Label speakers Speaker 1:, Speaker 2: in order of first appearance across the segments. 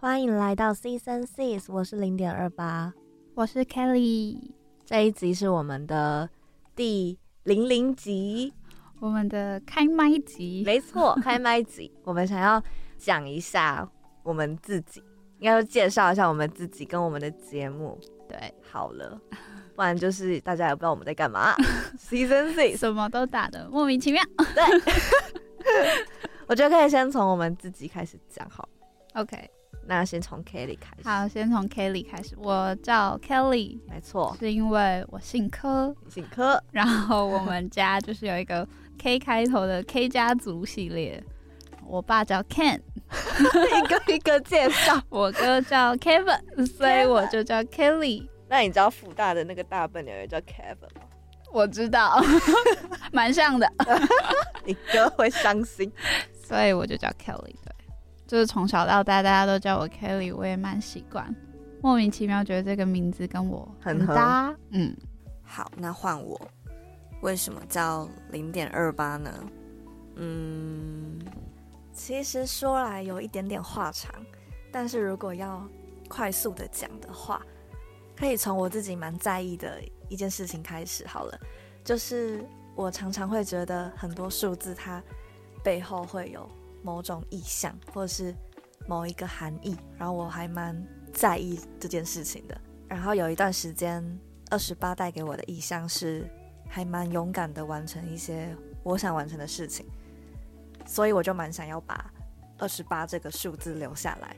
Speaker 1: 欢迎来到 Season Six，我是零点二八。
Speaker 2: 我是 Kelly，
Speaker 1: 这一集是我们的第零零集，
Speaker 2: 我们的开麦集，
Speaker 1: 没错，开麦 集。我们想要讲一下我们自己，应该说介绍一下我们自己跟我们的节目。
Speaker 2: 对，
Speaker 1: 好了，不然就是大家也不知道我们在干 嘛。Season Six，
Speaker 2: 什么都打的莫名其妙。
Speaker 1: 我觉得可以先从我们自己开始讲好了。
Speaker 2: OK，
Speaker 1: 那先从 Kelly 开始。
Speaker 2: 好，，先从 Kelly 开始。我叫 Kelly，
Speaker 1: 没错，
Speaker 2: 是因为我姓柯，
Speaker 1: 请科。
Speaker 2: 然后我们家就是有一个 K 开头的 K 家族系列。我爸叫 Ken，
Speaker 1: 一个一个介绍。
Speaker 2: 我哥叫 Kevin，所以我就叫 Kelly。
Speaker 1: 那你知道复大的那个大笨鸟也叫 Kevin 吗？
Speaker 2: 我知 道，蛮像的，
Speaker 1: 你哥会伤心。
Speaker 2: 所以我就叫 Kelly。对，就是从小到大大家都叫我 Kelly，我也蛮习惯。莫名其妙觉得这个名字跟我
Speaker 1: 很
Speaker 2: 很
Speaker 1: 合
Speaker 2: 搭，嗯，
Speaker 3: 好，那换我。为什么叫零点二八呢？嗯，其实说来有一点点话长，但是如果要快速的讲的话，可以从我自己蛮在意的一件事情开始好了，就是我常常会觉得很多数字它背后会有某种意象，或者是某一个含义，然后我还蛮在意这件事情的。然后有一段时间，二十八带给我的意向是，还蛮勇敢的完成一些我想完成的事情，所以我就蛮想要把二十八这个数字留下来。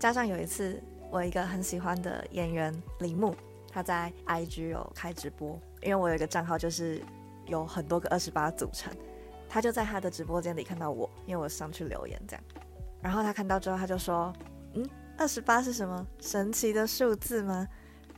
Speaker 3: 加上有一次，我一个很喜欢的演员李牧，他在 IG 有开直播，因为我有一个账号就是有很多个二十八组成，他就在他的直播间里看到我，因为我上去留言这样，然后他看到之后他就说，嗯，二十八是什么神奇的数字吗？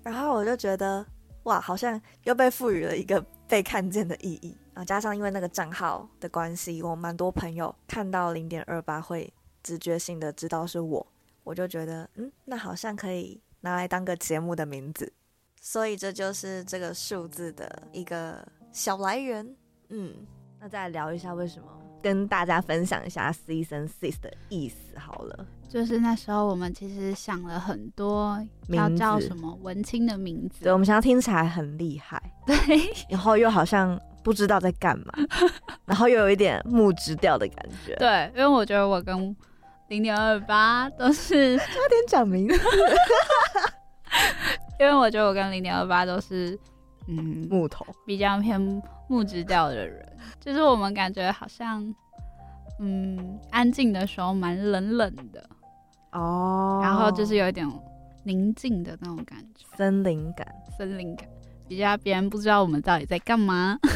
Speaker 3: 然后我就觉得哇，好像又被赋予了一个被看见的意义啊！加上因为那个账号的关系，我蛮多朋友看到零点二八会直觉性的知道是我，我就觉得嗯，那好像可以拿来当个节目的名字，所以这就是这个数字的一个小来源。嗯，
Speaker 1: 那再来聊一下为什么，跟大家分享一下 Season Six 的意思好了。
Speaker 2: 就是那时候我们其实想了很多要
Speaker 1: 名
Speaker 2: 叫
Speaker 1: 字
Speaker 2: 什么文青的名字
Speaker 1: 对，，我们想要听起来很厉害，
Speaker 2: 对，
Speaker 1: 然后又好像不知道在干 嘛，然后又有一点木质调的感觉。，
Speaker 2: 对，因为我觉得我跟零点二八都是，
Speaker 1: 差点讲名字，
Speaker 2: 因为我觉得我跟零点二八都是，嗯，
Speaker 1: 木头。
Speaker 2: 比较偏木质调的人，就是我们感觉好像，嗯，安静的时候蛮冷冷的，
Speaker 1: 哦
Speaker 2: 然后就是有一点宁静的那种感觉，
Speaker 1: 森林感，
Speaker 2: 森林感，比较别人不知道我们到底在干嘛。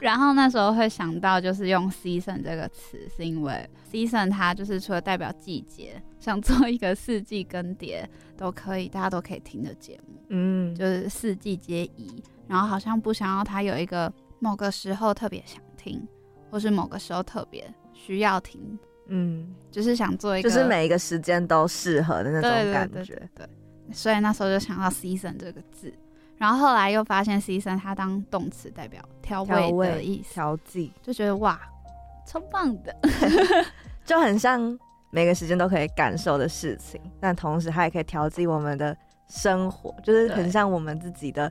Speaker 2: 然后那时候会想到就是用 season 这个词，是因为 season 它就是除了代表季节，想做一个四季更迭都可以，大家都可以听的节目，
Speaker 1: 嗯，
Speaker 2: 就是四季皆宜。然后好像不想要它有一个某个时候特别想听，或是某个时候特别需要听，
Speaker 1: 嗯，
Speaker 2: 就是想做一个
Speaker 1: 就是每一个时间都适合的那
Speaker 2: 对
Speaker 1: 种
Speaker 2: 对
Speaker 1: 感
Speaker 2: 对
Speaker 1: 觉。
Speaker 2: 所以那时候就想到 season 这个字，然后后来又发现 season 它当动词代表调
Speaker 1: 调
Speaker 2: 味的意思，
Speaker 1: 调剂
Speaker 2: 就觉得哇，超棒的。
Speaker 1: 就很像每个时间都可以感受的事情，但同时它也可以调剂我们的生活，就是
Speaker 2: 对
Speaker 1: 很像我们自己的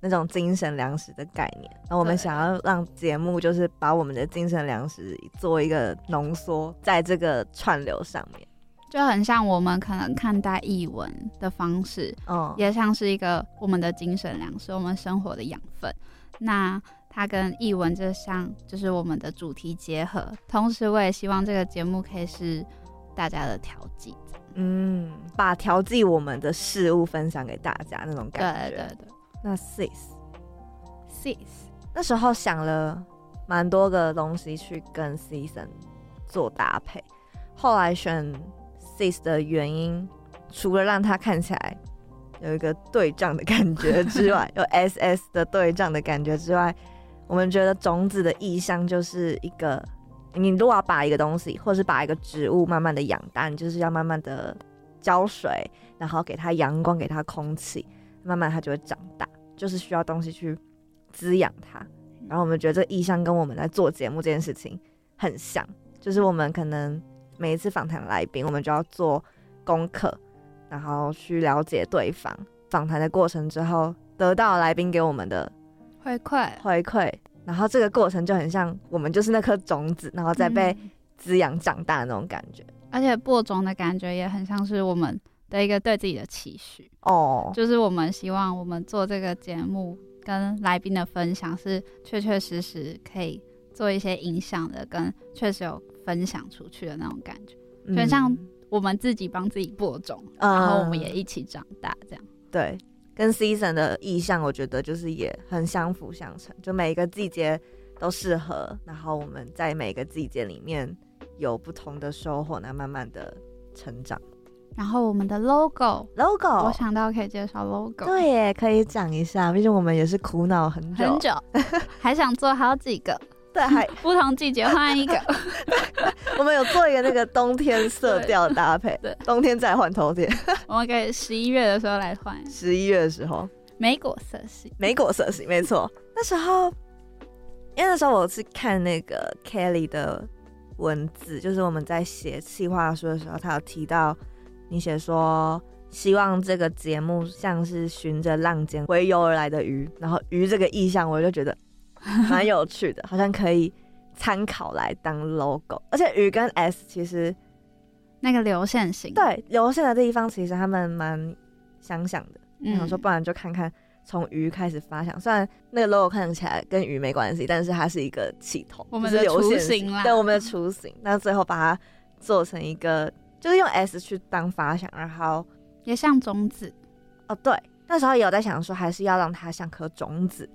Speaker 1: 那种精神粮食的概念。然后我们
Speaker 2: 对
Speaker 1: 想要让节目就是把我们的精神粮食做一个浓缩，在这个串流上面。
Speaker 2: 就很像我们可能看待译文的方式，
Speaker 1: 嗯，
Speaker 2: 也像是一个我们的精神粮食，我们生活的养分。那它跟译文这项就是我们的主题结合，同时我也希望这个节目可以是大家的调剂。
Speaker 1: 嗯，把调剂我们的事物分享给大家那种
Speaker 2: 对
Speaker 1: 感觉。
Speaker 2: 对对
Speaker 1: 那 six
Speaker 2: ，sis，
Speaker 1: 那时候想了蛮多个东西去跟 season 做搭配，后来选 sis 的原因，除了让它看起来有一个对仗的感觉之外，有 ss 的对仗的感觉之外，我们觉得种子的意象就是一个，你如果要把一个东西，或是把一个植物慢慢的养大，你就是要慢慢的浇水，然后给它阳光，给它空气，慢慢它就会长大，就是需要东西去滋养它。然后我们觉得这个意向跟我们在做节目这件事情很像，就是我们可能每一次访谈来宾，我们就要做功课，然后去了解对方。访谈的过程之后，得到来宾给我们的
Speaker 2: 回馈，
Speaker 1: 回馈，然后这个过程就很像我们就是那颗种子，然后再被
Speaker 2: 嗯
Speaker 1: 滋养长大的那种感觉。
Speaker 2: 而且播种的感觉也很像是我们的一个对自己的期许，
Speaker 1: 哦，
Speaker 2: 就是我们希望我们做这个节目跟来宾的分享是确确实实可以做一些影响的，跟确实有分享出去的那种感觉。就像我们自己帮自己播种，
Speaker 1: 嗯，
Speaker 2: 然
Speaker 1: 然
Speaker 2: 后我们也一起长大，这样。
Speaker 1: 对，跟 season 的意向，我觉得就是也很相辅相成，就每一个季节都适合，然后我们在每个季节里面有不同的收获，那慢慢的成长。
Speaker 2: 然后我们的 logo，、我
Speaker 1: logo，
Speaker 2: 想到可以介绍 logo，
Speaker 1: 哦对耶，可以讲一下，毕竟我们也是苦恼很久，
Speaker 2: 很久，还想做好几个，
Speaker 1: 对，还
Speaker 2: 不同季节换一个。
Speaker 1: 我们有做一个那个冬天色调搭配
Speaker 2: 对，
Speaker 1: 冬天再换头贴，
Speaker 2: 我们可以十一月的时候来换
Speaker 1: 十一月的时候，
Speaker 2: 莓果色系，
Speaker 1: 莓果色系，没错。那时候，因为那时候我是看那个 Kelly 的文字，就是我们在写企划书的时候，他有提到你写说希望这个节目像是循着浪尖回游而来的鱼，然后鱼这个意象，我就觉得 蛮有趣的，好像可以参考来当 logo。而且鱼跟 S 其实
Speaker 2: 那个流线型。，
Speaker 1: 对流线的地方，其实他们蛮相像的。
Speaker 2: 嗯，
Speaker 1: 想说不然就看看从鱼开始发想。虽然那个 logo 看起来跟鱼没关系，但是它是一个起头，
Speaker 2: 我们
Speaker 1: 就
Speaker 2: 的
Speaker 1: 是流
Speaker 2: 雏
Speaker 1: 线
Speaker 2: 形啦，嗯
Speaker 1: 对我们的雏形。那最后把它做成一个，就是用 S 去当发想，然后
Speaker 2: 也像种子，
Speaker 1: 哦对，那时候也有在想说，还是要让它像颗种子，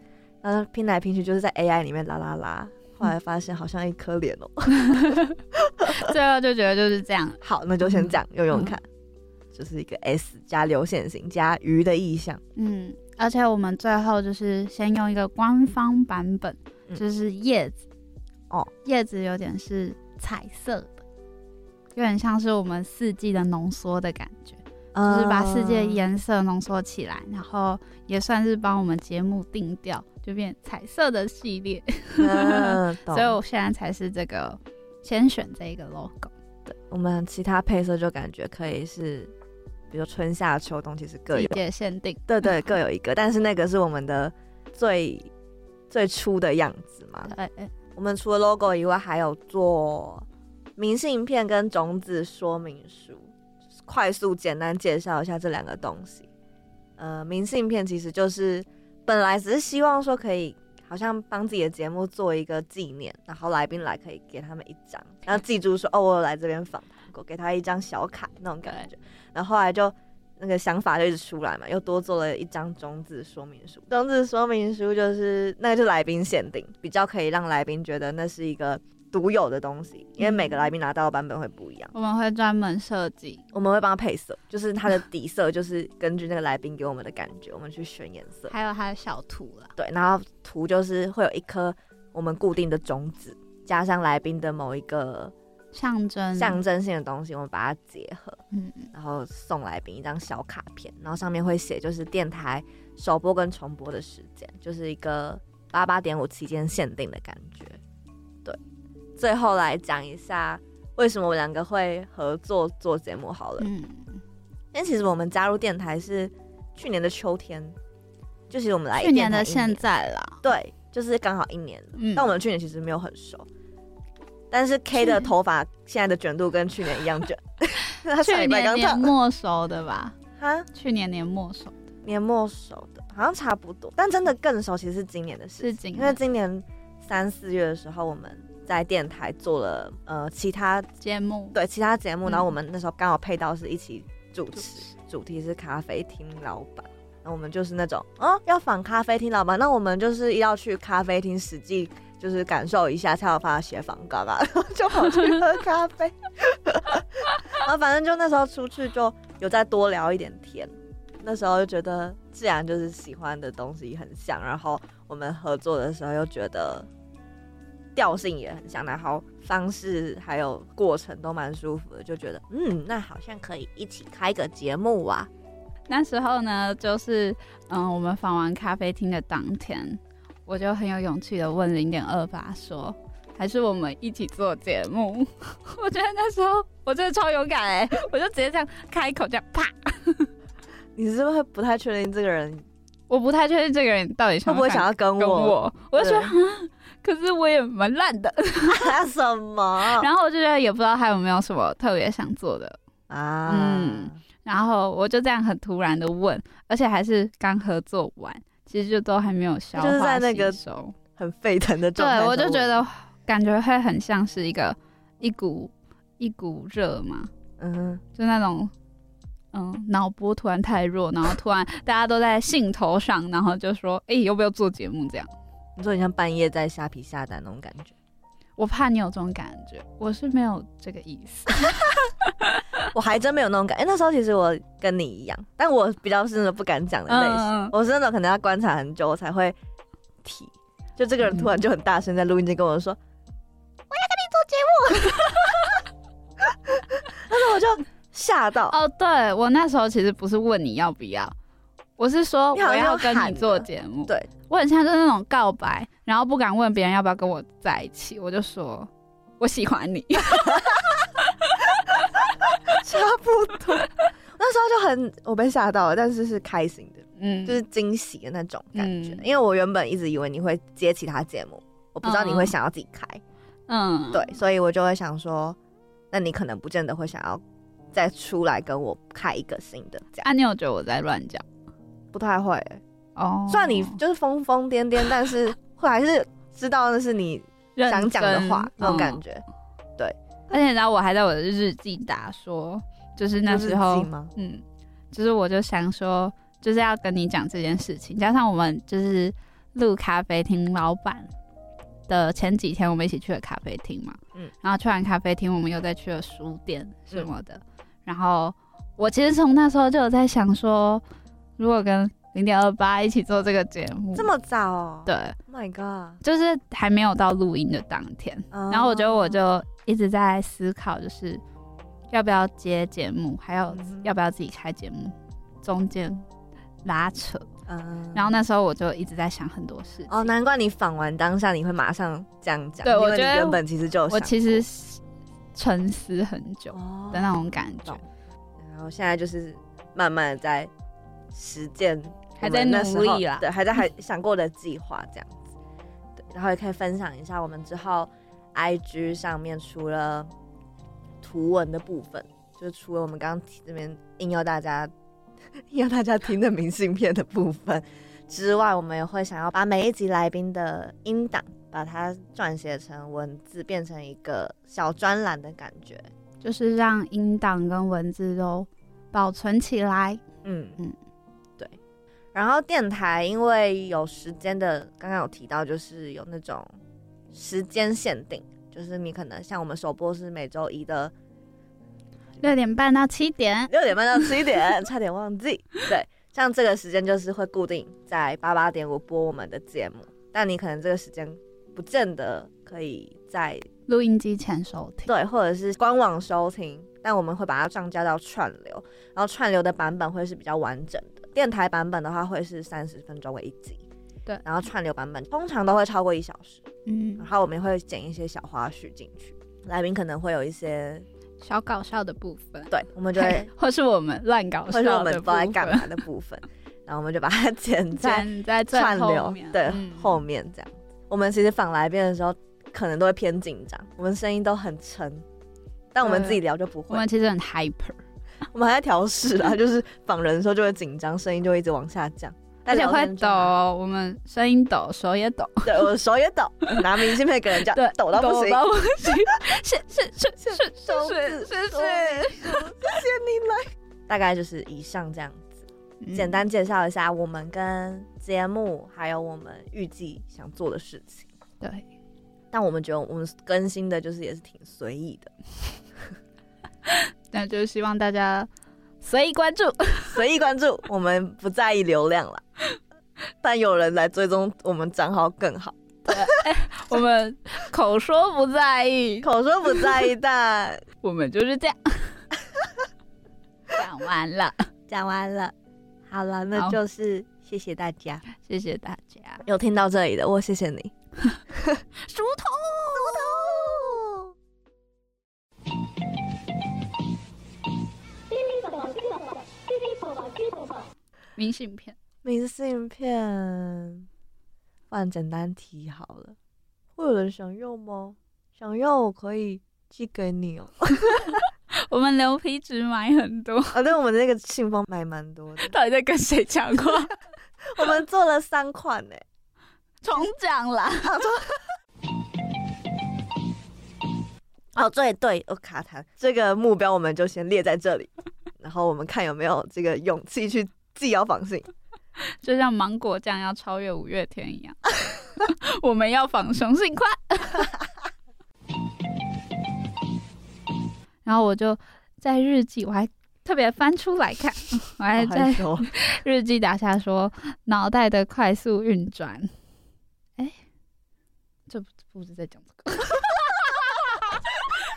Speaker 1: 然后拼来拼去就是在 AI 里面拉拉拉。后来发现好像一颗脸哦，
Speaker 2: 最后就觉得就是这样。
Speaker 1: 好，那就
Speaker 2: 嗯
Speaker 1: 先这样用用看，就是一个 S 加流线型加鱼的意象，
Speaker 2: 嗯，而且我们最后就是先用一个官方版本，
Speaker 1: 嗯
Speaker 2: 就是叶子。
Speaker 1: 哦，
Speaker 2: 叶子有点是彩色的，有点像是我们四季的浓缩的感觉，就是把世界
Speaker 1: 嗯
Speaker 2: 颜色浓缩起来，然后也算是帮我们节目定调，就变彩色的系列。
Speaker 1: 嗯懂
Speaker 2: 所以我现在才是这个先选这一个 logo。
Speaker 1: 对，我们其他配色就感觉可以是，比如春夏秋冬，其实各
Speaker 2: 季
Speaker 1: 有，
Speaker 2: 节限定，
Speaker 1: 对对，各有一个，但是那个是我们的最最初的样子嘛。
Speaker 2: 对，
Speaker 1: 我们除了 logo 以外，还有做明信片跟种子说明书，就是快速简单介绍一下这两个东西。呃，明信片其实就是本来只是希望说可以。好像帮自己的节目做一个纪念，然后来宾来可以给他们一张，然后记住说哦，我有来这边访谈过，给他一张小卡那种感觉。然后后来就那个想法就一直出来嘛，又多做了一张种子说明书。种子说明书就是那个就是来宾限定，比较可以让来宾觉得那是一个独有的东西，因为每个来宾拿到的版本会不一样。
Speaker 2: 我们会专门设计，
Speaker 1: 我们会帮他配色，就是它的底色就是根据那个来宾给我们的感觉，我们去选颜色。
Speaker 2: 还有它的小图啦。
Speaker 1: 对，然后图就是会有一颗我们固定的种子，加上来宾的某一个
Speaker 2: 象征
Speaker 1: 象征性的东西，我们把它结合。
Speaker 2: 嗯，
Speaker 1: 然后送来宾一张小卡片，然后上面会写就是电台首播跟重播的时间，就是一个八八点五期间限定的感觉。对，最后来讲一下为什么我们两个会合作做节目好了，
Speaker 2: 嗯，
Speaker 1: 因为其实我们加入电台是去年的秋天，就其实我们来
Speaker 2: 去年的
Speaker 1: 啊电台一
Speaker 2: 现在啦，
Speaker 1: 对，就是刚好一年了。
Speaker 2: 嗯
Speaker 1: 但我们去年其实没有很熟。但是 K 的头发现在的卷度跟去年一样 卷，他上
Speaker 2: 去
Speaker 1: 礼拜
Speaker 2: 年
Speaker 1: 刚
Speaker 2: 年
Speaker 1: 烫
Speaker 2: 末熟的吧？
Speaker 1: 哈，
Speaker 2: 去年年末熟
Speaker 1: 年末熟的，好像差不多，但真的更熟其实是今年的事
Speaker 2: 是
Speaker 1: 情，
Speaker 2: 今
Speaker 1: 因为
Speaker 2: 年
Speaker 1: 今年三四月的时候，我们在电台做了呃其他
Speaker 2: 节目，
Speaker 1: 对其他节目，
Speaker 2: 嗯
Speaker 1: 然后我们那时候刚好配到是一起主
Speaker 2: 主
Speaker 1: 持，
Speaker 2: 持，
Speaker 1: 主题是咖啡厅老板。那我们就是那种哦，要访咖啡厅老板，那我们就是要去咖啡厅实际就是感受一下，才有办法写访稿 吧，然后就跑去喝咖啡。 然后反正就那时候出去就有再多聊一点天，那时候就觉得自然就是喜欢的东西很像，然后我们合作的时候又觉得调性也很像，然后方式还有过程都蛮舒服的，就觉得嗯，那好像可以一起开个节目啊。
Speaker 2: 那时候呢，就是嗯，我们访完咖啡厅的当天，我就很有勇气的 问零点二八说，还是我们一起做节目？我觉得那时候我真的超勇敢哎、我就直接这样开口这样啪，
Speaker 1: 你是不是不太确定这个人
Speaker 2: 我不太确定这个人到底
Speaker 1: 会
Speaker 2: 想
Speaker 1: 不会想
Speaker 2: 要
Speaker 1: 要跟
Speaker 2: 跟
Speaker 1: 我？
Speaker 2: 我，我就说
Speaker 1: 对
Speaker 2: 啊，可是我也蛮烂的，
Speaker 1: 啊什么
Speaker 2: 然后我就觉得也不知道他有没有什么特别想做的，
Speaker 1: 啊？
Speaker 2: 嗯然后我就这样很突然的问，而且还是刚合作完，其实就都还没有消化
Speaker 1: 就是在那个
Speaker 2: 吸收
Speaker 1: 很沸腾的
Speaker 2: 对
Speaker 1: 状态。，
Speaker 2: 我就觉得，感觉会很像是一个一股一股热嘛，
Speaker 1: 嗯，
Speaker 2: 就那种嗯脑波突然太弱，然后突然大家都在兴头上，然后就说哎、要不要做节目这样。
Speaker 1: 你说你像半夜在虾皮下单那种感觉，
Speaker 2: 我怕你有这种感觉，我是没有这个意思。
Speaker 1: 我还真没有那种感。哎、那时候其实我跟你一样，但我比较是那种不敢讲的类型。
Speaker 2: 嗯嗯嗯
Speaker 1: 我是那种可能要观察很久我才会提。就这个人突然就很大声在录音间跟我说：“ 我要跟你做节目。”但是我就吓到，
Speaker 2: 哦，对我那时候其实不是问你要不要，我是说我
Speaker 1: 你好像
Speaker 2: 要跟
Speaker 1: 喊
Speaker 2: 你
Speaker 1: 的
Speaker 2: 做节目。
Speaker 1: 对，
Speaker 2: 我很像就是那种告白，然后不敢问别人要不要跟我在一起，我就说我喜欢 你。
Speaker 1: 差不多。那时候就很我被吓到了，但是是开心的，
Speaker 2: 嗯，
Speaker 1: 就是惊喜的那种感觉。
Speaker 2: 嗯
Speaker 1: 因为我原本一直以为你会接其他节目，我不知道你会
Speaker 2: 嗯
Speaker 1: 想要自己开。
Speaker 2: 嗯，
Speaker 1: 对，所以我就会想说，那你可能不见得会想要再出来跟我开一个新的，这样
Speaker 2: 啊，你有觉得我在乱讲
Speaker 1: 不太会欸、
Speaker 2: 哦？
Speaker 1: 虽然你就是疯疯癫癫， 但是会还是知道那是你
Speaker 2: 认
Speaker 1: 想讲的话
Speaker 2: 真
Speaker 1: 那种感
Speaker 2: 嗯
Speaker 1: 觉。
Speaker 2: 而且你知道，我还在我的日记打说，就是那
Speaker 1: 就是
Speaker 2: 时候
Speaker 1: 近，吗？
Speaker 2: 嗯，就是我就想说，就是要跟你讲这件事情，加上我们就是录咖啡厅老板的前几天，我们一起去了咖啡厅嘛，嗯
Speaker 1: 嗯，
Speaker 2: 然后去完咖啡厅，我们又再去了书店什么的，然后我其实从那时候就有在想说，如果跟零点二八一起做这个节目，
Speaker 1: 这么早、哦？
Speaker 2: 对，
Speaker 1: ，Oh my god！
Speaker 2: 就是还没有到录音的当天，
Speaker 1: 然
Speaker 2: 然后我觉得
Speaker 1: 哦
Speaker 2: 我就一直在思考，就是要不要接节目，还有
Speaker 1: 嗯
Speaker 2: 要不要自己开节目，中间拉扯。
Speaker 1: 嗯
Speaker 2: 然后？那时候我就一直在想很多事情。
Speaker 1: 哦，难怪你访完当下你会马上这样讲，
Speaker 2: 对
Speaker 1: 因
Speaker 2: 我
Speaker 1: 为你
Speaker 2: 觉得
Speaker 1: 原本其实就有
Speaker 2: 我
Speaker 1: 想
Speaker 2: 其实是沉思很久
Speaker 1: 过哦
Speaker 2: 的那种感觉
Speaker 1: 懂，然后现在就是慢慢的在实践
Speaker 2: 还在
Speaker 1: 我们那时候
Speaker 2: 努力啦
Speaker 1: 对，还在还想过的计划这样子。对，然后也可以分享一下我们之后 IG 上面除了图文的部分，就是除了我们刚刚提这边硬要大家 硬要大家听的明信片的部分之外，我们也会想要把每一集来宾的音档。把它撰写成文字，变成一个小专栏的感觉。
Speaker 2: 就是让音档跟文字都保存起来。
Speaker 1: 嗯
Speaker 2: 嗯
Speaker 1: 嗯，对。然后电台因为有时间的，刚刚有提到，就是有那种时间限定，就是你可能像我们首播是每周一的
Speaker 2: 六点半到七点，
Speaker 1: 六点半到七点， 差点忘记。对，像这个时间就是会固定在八八点五播我们的节目，但你可能这个时间不见得可以在
Speaker 2: 录音机前收听。
Speaker 1: 对，或者是官网收听，但我们会把它上架到串流，然后串流的版本会是比较完整的，电台版本的话会是三十分钟为一集，
Speaker 2: 对
Speaker 1: 然后串流版本通常都会超过一小时，
Speaker 2: 嗯
Speaker 1: 然，后我们会剪一些小花絮进去，来宾可能会有一些，
Speaker 2: 小搞笑的部分，
Speaker 1: 对，我们就会
Speaker 2: 或是我们乱搞
Speaker 1: 会
Speaker 2: 笑
Speaker 1: 是
Speaker 2: 的
Speaker 1: 我们不知道在干
Speaker 2: 部分
Speaker 1: 嘛的部分，然后我们就把它 剪在
Speaker 2: 站在最
Speaker 1: 串
Speaker 2: 后
Speaker 1: 流
Speaker 2: 面，
Speaker 1: 的
Speaker 2: 嗯
Speaker 1: 后面这样。我们其实访来宾的时候，可能都会偏紧张，我们声音都很沉，但我们
Speaker 2: 对
Speaker 1: 自己聊就不会
Speaker 2: 我。们其实很 hyper，
Speaker 1: 我们还在调试 啊，就是仿人的时候就会紧张，声音就会一直往下降，
Speaker 2: 而
Speaker 1: 但
Speaker 2: 且
Speaker 1: 聊
Speaker 2: 会
Speaker 1: 天就
Speaker 2: 抖哦
Speaker 1: 还好。，
Speaker 2: 我们声音抖，手也抖，
Speaker 1: 对，我手也抖，拿明信片给人 家，
Speaker 2: 对，
Speaker 1: 抖到不
Speaker 2: 抖
Speaker 1: 行。
Speaker 2: 到不行， 是是是是
Speaker 1: 手
Speaker 2: 是是
Speaker 1: 指手
Speaker 2: 是
Speaker 1: 大概就是以上这样子，
Speaker 2: 是，
Speaker 1: 简单介绍一下我们跟节目，还有我们预计想做的事情。
Speaker 2: 对，
Speaker 1: 但我们觉得我们更新的就是也是挺随意的，
Speaker 2: 那就是希望大家随意关注，
Speaker 1: 随意关注，我们不在意流量啦。但有人来追踪我们账号更好，
Speaker 2: 我们口说不在意，
Speaker 1: 口说不在意，但
Speaker 2: 我们就是这样。讲完了，
Speaker 1: 讲完了，好了，
Speaker 2: 好
Speaker 1: 那就是谢谢大家。
Speaker 2: 谢谢大家，
Speaker 1: 有听到这里的，我谢谢你。
Speaker 2: 梳头，梳头。明信片。
Speaker 1: 明信片，不然简单提好了。会有人想用吗？想用我可以寄给你 哦。
Speaker 2: 我们牛皮纸买很多，
Speaker 1: 啊，对，我们那个信封买蛮多 的，
Speaker 2: 到底在跟谁讲话？
Speaker 1: 我们做了三款呢。
Speaker 2: 重讲啦！
Speaker 1: 哦，对对，哦卡痰，这个目标我们就先列在这 里，然后我们看有没有这个勇气去寄邀访信。
Speaker 2: 就像芒果酱要超越五月天一样， 我们要仿雄性快。然后我就在日记，我还特别翻出来看，我还
Speaker 1: 好害
Speaker 2: 在
Speaker 1: 羞，
Speaker 2: 日记打下说脑袋的快速运转。哎、这不不是在讲这个，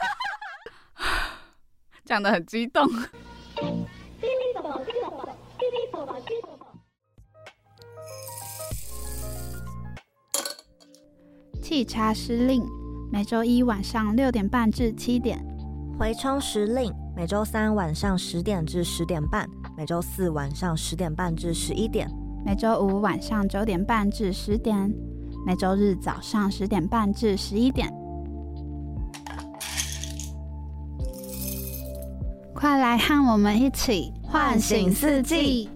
Speaker 2: 讲的很激动。气茶师令，每周一晚上六点半至七点。
Speaker 4: 回充时令，每周三晚上十点至十点半，每周四晚上十点半至十一点，
Speaker 2: 每周五晚上九点半至十点，每周日早上十点半至十一点。快来和我们一起唤
Speaker 1: 醒四季！